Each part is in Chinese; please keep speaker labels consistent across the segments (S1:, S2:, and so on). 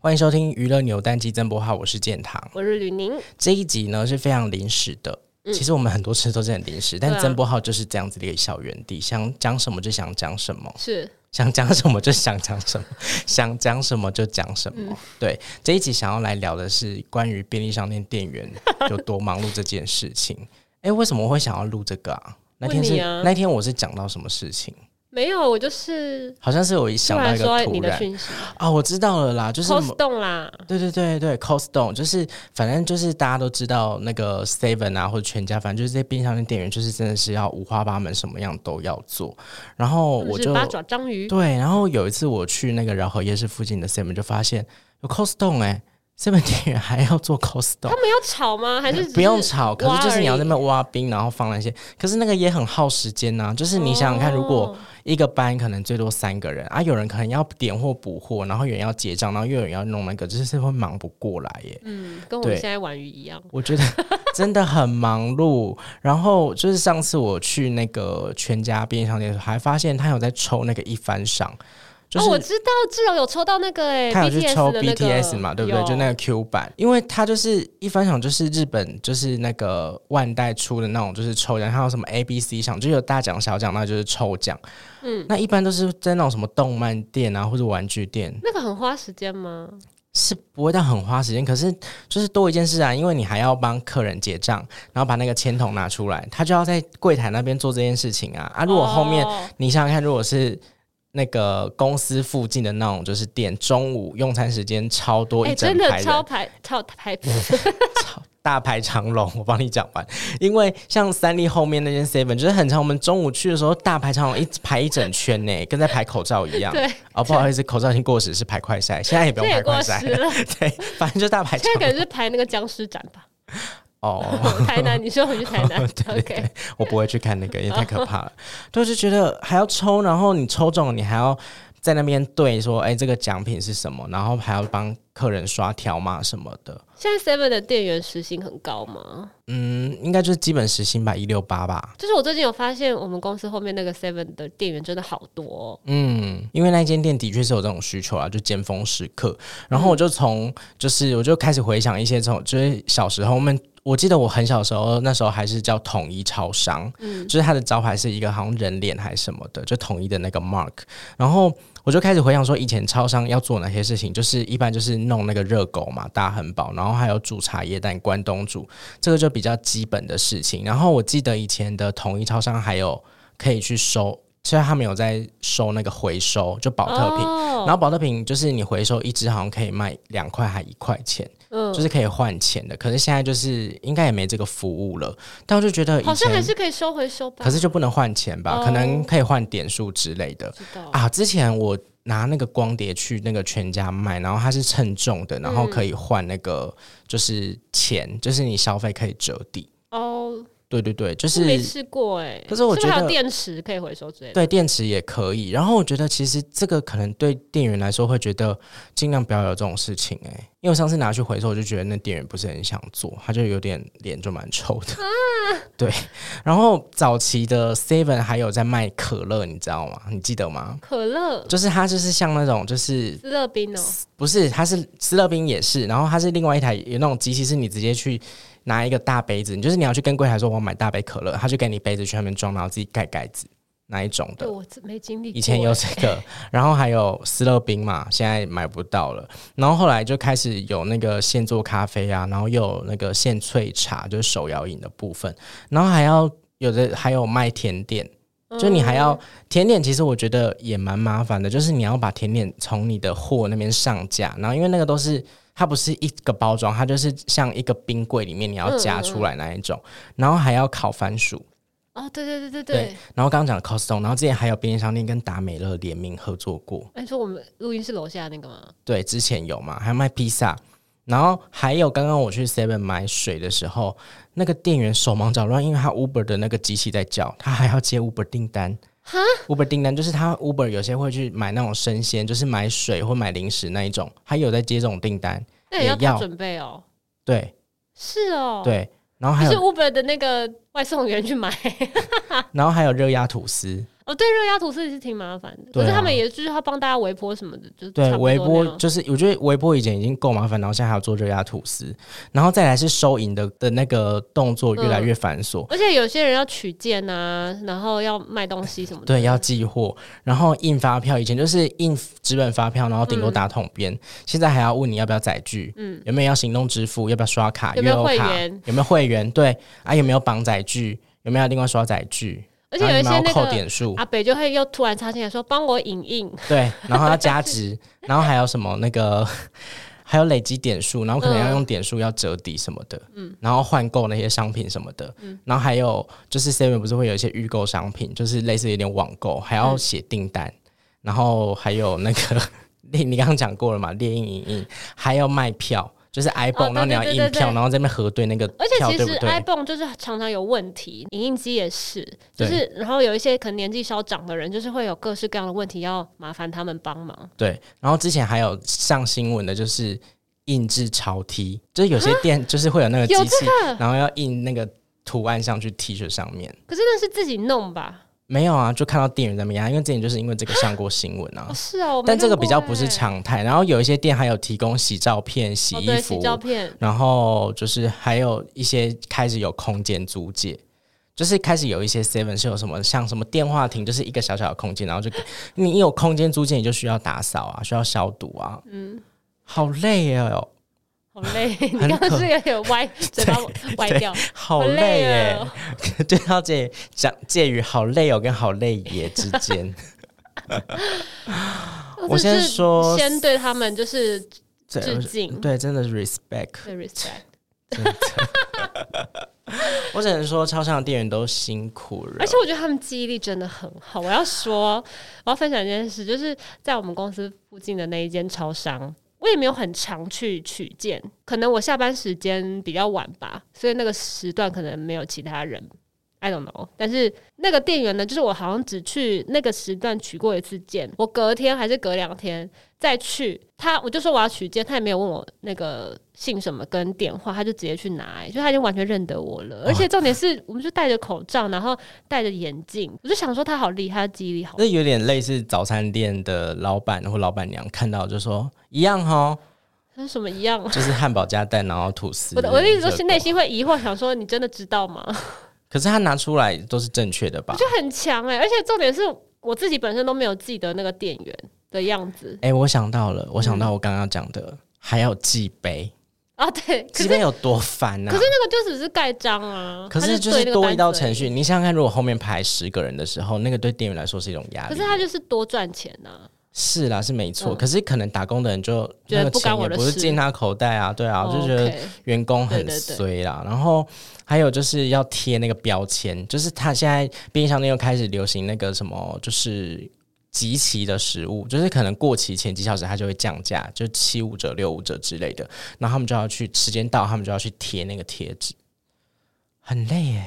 S1: 欢迎收听娱乐扭蛋机增播号，我是建堂。
S2: 我是吕宁，
S1: 这一集呢是非常临时的。其实我们很多事都是很临时，但
S2: 嗯对啊
S1: 增播号就是这样子的一个小园地，想讲什么就想讲什么，
S2: 是
S1: 想讲什么就想讲什么， 想讲什么就讲什
S2: 嗯
S1: 么。对，这一集想要来聊的是关于便利商店店 员有多忙碌这件事情。哎、为什么我会想要录这个啊？那天
S2: 问
S1: 是、
S2: 你啊
S1: 那天我是讲到什么事情？
S2: 没有，我就是
S1: 好像是我一
S2: 突
S1: 想到
S2: 然
S1: 一个
S2: 收到
S1: 突
S2: 你的
S1: 然
S2: 讯息
S1: 啊，我知道了啦，就是某
S2: ，cos 动啦，
S1: 对对对对，Costco 就是反正就是大家都知道那个 Seven 啊或者全家，反正就是这些冰箱的店员就是真的是要五花八门，什么样都要做。然后哦我
S2: 是
S1: 就
S2: 八爪章鱼，
S1: 对，然后有一次我去那个饶河夜市附近的 Seven 就发现有 Costco 哎、Seven 店员还要做 Costco。
S2: 他们要吵吗？还是只是
S1: 不用炒，可是
S2: 挖
S1: 就是你要
S2: 而
S1: 在
S2: 已
S1: 那边挖冰，然后放那些，可是那个也很耗时间呐、就是你想想看，如果
S2: 哦
S1: 一个班可能最多三个人啊，有人可能要点货补货，然后有人要结账，然后又有人要弄那个，就是会忙不过来耶。
S2: 嗯，跟我
S1: 对
S2: 们现在玩鱼一样，
S1: 我觉得 真的很忙碌。然后就是上次我去那个全家便利商店的时候，还发现他有在抽那个一番赏，就
S2: 哦，我
S1: 是。
S2: 知道志荣有抽到那个哎、
S1: 他有去
S2: BTS
S1: 抽
S2: 的那个
S1: BTS 嘛，对不对？
S2: 有
S1: 就那个 Q 版，因为他就是一番赏，就是日本就是那个万代出的那种，就是抽奖，还有什么 A、B、C 赏，就有大奖小奖，那就是抽奖。嗯，那一般都是在那种什么动漫店啊，或者玩具店，
S2: 那个很花时间吗？
S1: 是不会到很花时间，可是就是多一件事啊，因为你还要帮客人结账，然后把那个签筒拿出来，他就要在柜台那边做这件事情啊啊！如果后面、
S2: 哦
S1: 你想想看，如果是那个公司附近的那种就是店，中午用餐时间超多
S2: 哎、
S1: 一整
S2: 真
S1: 排
S2: 的
S1: 人，
S2: 超排 超排，
S1: 超大排长龙。我帮你讲完，因为像三立后面那间 seven，就是很长，我们中午去的时候大排长龙，一排一整圈 呢，跟在排口罩一样。
S2: 对，
S1: 哦，不好意思，口罩已经过时，是排快筛，现在也不
S2: 这
S1: 用排
S2: 也
S1: 快
S2: 过
S1: 筛
S2: 时。了，
S1: 对，反正就大排
S2: 现
S1: 长
S2: 在
S1: 龙
S2: 感觉是排那个僵尸展吧。
S1: 哦。
S2: 台南，你说回去台南
S1: 对对对
S2: ，OK，
S1: 我不会去看那个，也太可怕了。对，就觉得还要抽，然后你抽中，你还要在那边对说，哎、这个奖品是什么，然后还要帮客人刷条码什么的。
S2: 现在 Seven 的店员时薪很高吗？
S1: 嗯，应该就是基本时薪吧，一六八吧。
S2: 就是我最近有发现，我们公司后面那个 Seven 的店员真的好多哦、
S1: 嗯，因为那间店的确是有这种需求啊，就尖峰时刻。然后我就从就是我就开始回想一些从就是小时候我们。我记得我很小时候，那时候还是叫统一超商，就是它的招牌是一个好像人脸还是什么的，就统一的那个 mark。然后我就开始回想说，以前超商要做哪些事情，就是一般就是弄那个热狗嘛，大汉堡，然后还有煮茶叶蛋、关东煮，这个就比较基本的事情。然后我记得以前的统一超商还有可以去收，虽然他们有在收那个回收，就保特瓶。
S2: 哦
S1: 然后保特瓶就是你回收一支好像可以卖两块还一块钱，
S2: 嗯
S1: 就是可以换钱的。可是现在就是应该也没这个服务了，但我就觉得以
S2: 好像还
S1: 前
S2: 是可以收回收吧？
S1: 可是就不能换钱吧？
S2: 哦
S1: 可能可以换点数之类的
S2: 知道
S1: 啊。之前我拿那个光碟去那个全家卖，然后它是称重的，然后可以换那个就是钱，就是你消费可以折抵。
S2: 哦，
S1: 对对对，就是
S2: 我没试过哎、
S1: 可是我
S2: 不
S1: 觉
S2: 还有
S1: 得
S2: 电池可以回收之类的。
S1: 对，电池也可以。然后我觉得其实这个可能对店员来说会觉得尽量不要有这种事情哎、因为我上次拿去回收，我就觉得那店员不是很想做，他就有点脸就蛮臭的。对，然后早期的 Seven 还有在卖可乐，你知道吗？你记得吗？
S2: 可乐、
S1: 就是它就是像那种就是。
S2: 乐冰哦，
S1: 不是，它是斯乐冰也是，然后它是另外一台有那种机器，是你直接去拿一个大杯子，你就是你要去跟柜台说我要买大杯可乐，他就给你杯子去那边装，然后自己盖盖子那一种的
S2: 对。我这没经历过欸。
S1: 以前有这个， 然后还有斯乐冰嘛，现在买不到了。然后后来就开始有那个现做咖啡啊，然后又有那个现萃茶，就是手摇饮的部分。然后还要有的还有卖甜点，
S2: 哎
S1: 就
S2: 嗯
S1: 你还要、甜点，其实我觉得也蛮麻烦的，就是你要把甜点从你的货那边上架，然后因为那个都是。它不是一个包装，它就是像一个冰柜里面你要夹出来那一种，然后还要烤番薯，
S2: 嗯哦，对对对对
S1: 对
S2: 对。
S1: 然后刚刚讲的 Costco，然后之前还有便利商店跟达美乐联名合作过，
S2: 哎，你说我们录音室楼下那个吗？
S1: 对，之前有嘛，还卖披萨，然后还有刚刚我去 Seven 买水的时候，那个店员手忙脚乱，因为他 Uber 的那个机器在叫，他还要接 Uber 订单。Uber 订单就是他 Uber 有些会去买那种生鲜，就是买水或买零食那一种，还有在接这种订单。
S2: 那也要
S1: 也要
S2: 他准备哦。
S1: 对
S2: 是哦，，
S1: 对，然后还
S2: 是
S1: 有
S2: Uber 的那个外送员去买
S1: 然后还有热压吐司，
S2: 哦，对，热压吐司也是挺麻烦的，
S1: 对啊
S2: 可是他们也就是要帮大家微波什么的，就
S1: 对
S2: 差，不多
S1: 微波
S2: 那样
S1: 就是我觉得微波以前已经够麻烦，然后现在还要做热压吐司，然后再来是收银的的那个动作越来越繁琐，
S2: 而且有些人要取件啊，然后要卖东西什么的，
S1: 对，要寄货，然后印发票，以前就是印纸本发票，然后
S2: 嗯
S1: 顶多打桶边，现在还要问你要不要载具，嗯，有没有要行动支付，要不要刷卡，
S2: 有没有
S1: 悠游卡
S2: 会员，
S1: 有没有会员，对，啊，有没有绑载具，有没有另外刷载具，
S2: 而且有一
S1: 然后
S2: 些
S1: 你们
S2: 那
S1: 要扣
S2: 个
S1: 点数，
S2: 阿北就会又突然插进来说帮我影印，
S1: 对，然后要加值，然后还有什么那个，还有累积点数，然后可能
S2: 嗯
S1: 要用点数要折抵什么的，嗯，然后换购那些商品什么的，
S2: 嗯
S1: 然后还有就是 Seven 不是会有一些预购商品，就是类似有点网购，还
S2: 嗯
S1: 要写订单，然后还有那个你你刚刚讲过了嘛，列印影印，还要卖票。就是 iPhone，、然
S2: 对
S1: 后你要
S2: 哦对
S1: 印
S2: 对
S1: 票，
S2: 对
S1: 然后在那边核对那个
S2: 而且
S1: 票
S2: 其
S1: 对不
S2: 实
S1: 对？
S2: iPhone 就是常常有问题，影印机也是，就
S1: 对
S2: 是然后有一些可能年纪稍长的人，就是会有各式各样的问题，要麻烦他们帮忙。
S1: 对，然后之前还有上新闻的，就是印制潮 T，就是有些店 就是会有那个机
S2: 有
S1: 器，然后要印那个图案上去 T 恤上面。
S2: 可是那是自己弄吧？
S1: 没有啊，就看到店员在那边压，因为之前就是因为这个上过新闻啊
S2: 哦，。是啊，我没
S1: 但这个
S2: 看
S1: 比较
S2: 过
S1: 不是
S2: 欸
S1: 常态，然后有一些店还有提供洗照片、洗
S2: 哦
S1: 衣
S2: 对
S1: 服，
S2: 洗照片，
S1: 然后就是还有一些开始有空间租借，就是开始有一些 seven 是有什么像什么电话亭，就是一个小小的空间，然后就给你一有空间租借，你就需要打扫啊，需要消毒啊，嗯，好累哦，
S2: 好 累。你
S1: 很
S2: 刚刚
S1: 可
S2: 是有点 歪，嘴巴歪掉，
S1: 好
S2: 累
S1: 累耶，
S2: 哦。
S1: 就到这讲介于好累哦跟好累耶之 间，我
S2: 就
S1: 先
S2: 是
S1: 说
S2: 先对他们就是
S1: 对
S2: 致敬
S1: 对，真的是 respect。
S2: 对 respect，
S1: 真的我只能说，超商的店员都辛苦了
S2: 而。且我觉得他们记忆力真的很好。我要说，我要分享一件事，就是在我们公司附近的那一间超商。我也没有很常去取件，可能我下班时间比较晚吧，所以那个时段可能没有其他人，I don't know。但是那个店员呢，就是我好像只去那个时段取过一次件，我隔天还是隔两天再去，他我就说我要取件，他也没有问我那个姓什么跟电话，他就直接去拿、欸，就他已经完全认得我了。而且重点是，我们就戴着口罩，然后戴着眼镜，我就想说他好厉害，他记忆力好
S1: 那有点类似早餐店的老板或老板娘看到就说一样哦哈，
S2: 跟什么一样。啊
S1: 就是汉堡加蛋，然后吐司。
S2: 我的我的意思说，是
S1: 热狗
S2: 内心会疑惑，想说你真的知道吗？
S1: 可是他拿出来都是正确的吧
S2: 就？很强哎、而且重点是我自己本身都没有记得那个店员的样子
S1: 哎、我想到了，我
S2: 嗯
S1: 想到我刚刚讲的，还有寄杯，
S2: 啊。对，可
S1: 寄
S2: 是
S1: 杯有多烦呐、
S2: 可是那个就只是盖章啊，
S1: 可
S2: 他
S1: 是就
S2: 对
S1: 是
S2: 那个
S1: 多
S2: 单
S1: 一道
S2: 子而
S1: 程
S2: 已
S1: 序，你想想看，如果后面排十个人的时候，那个对店员来啊说是一种压
S2: 可
S1: 力。
S2: 是他就是多赚钱啊呐、
S1: 是啦，是没错。
S2: 嗯
S1: 可是可能打工的人就
S2: 觉得
S1: 那个
S2: 不干
S1: 钱
S2: 我
S1: 也
S2: 的
S1: 不是
S2: 事哦
S1: 进他口袋啊，对啊，我就觉得
S2: OK
S1: 员工很
S2: 对对对
S1: 衰啦，然后还有就是要贴那个标签，就是他现在便利商店又开始流行那个什么，就是集齐的食物，就是可能过期前几小时它就会降价，就七五折、六五折之类的，然后他们就要去时间到，他们就要去贴那个贴纸，很累耶，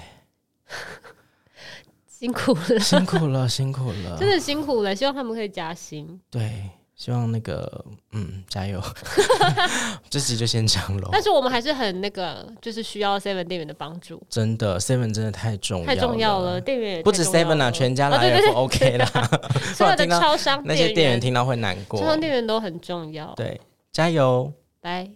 S2: 辛苦了，
S1: 辛苦了，辛苦了
S2: 真，的辛苦了。希望他们可以加薪。
S1: 对。希望那个，嗯，加 油！这集就先这样喽。
S2: 但是我们还是很那个，就是需要 Seven 店员的帮助，
S1: 真的，Seven 真的太重要
S2: 太重要了，店员也
S1: 不止
S2: 太重要
S1: Seven 啊，
S2: 了
S1: 全家
S2: 哦
S1: 啦
S2: 对
S1: 也
S2: 对
S1: 不 OK 啦。
S2: 所有的
S1: 听到
S2: 超商
S1: 那些店员
S2: 员、
S1: 听到会难过
S2: 超。商店员都很重要。
S1: 对，加油！
S2: 拜。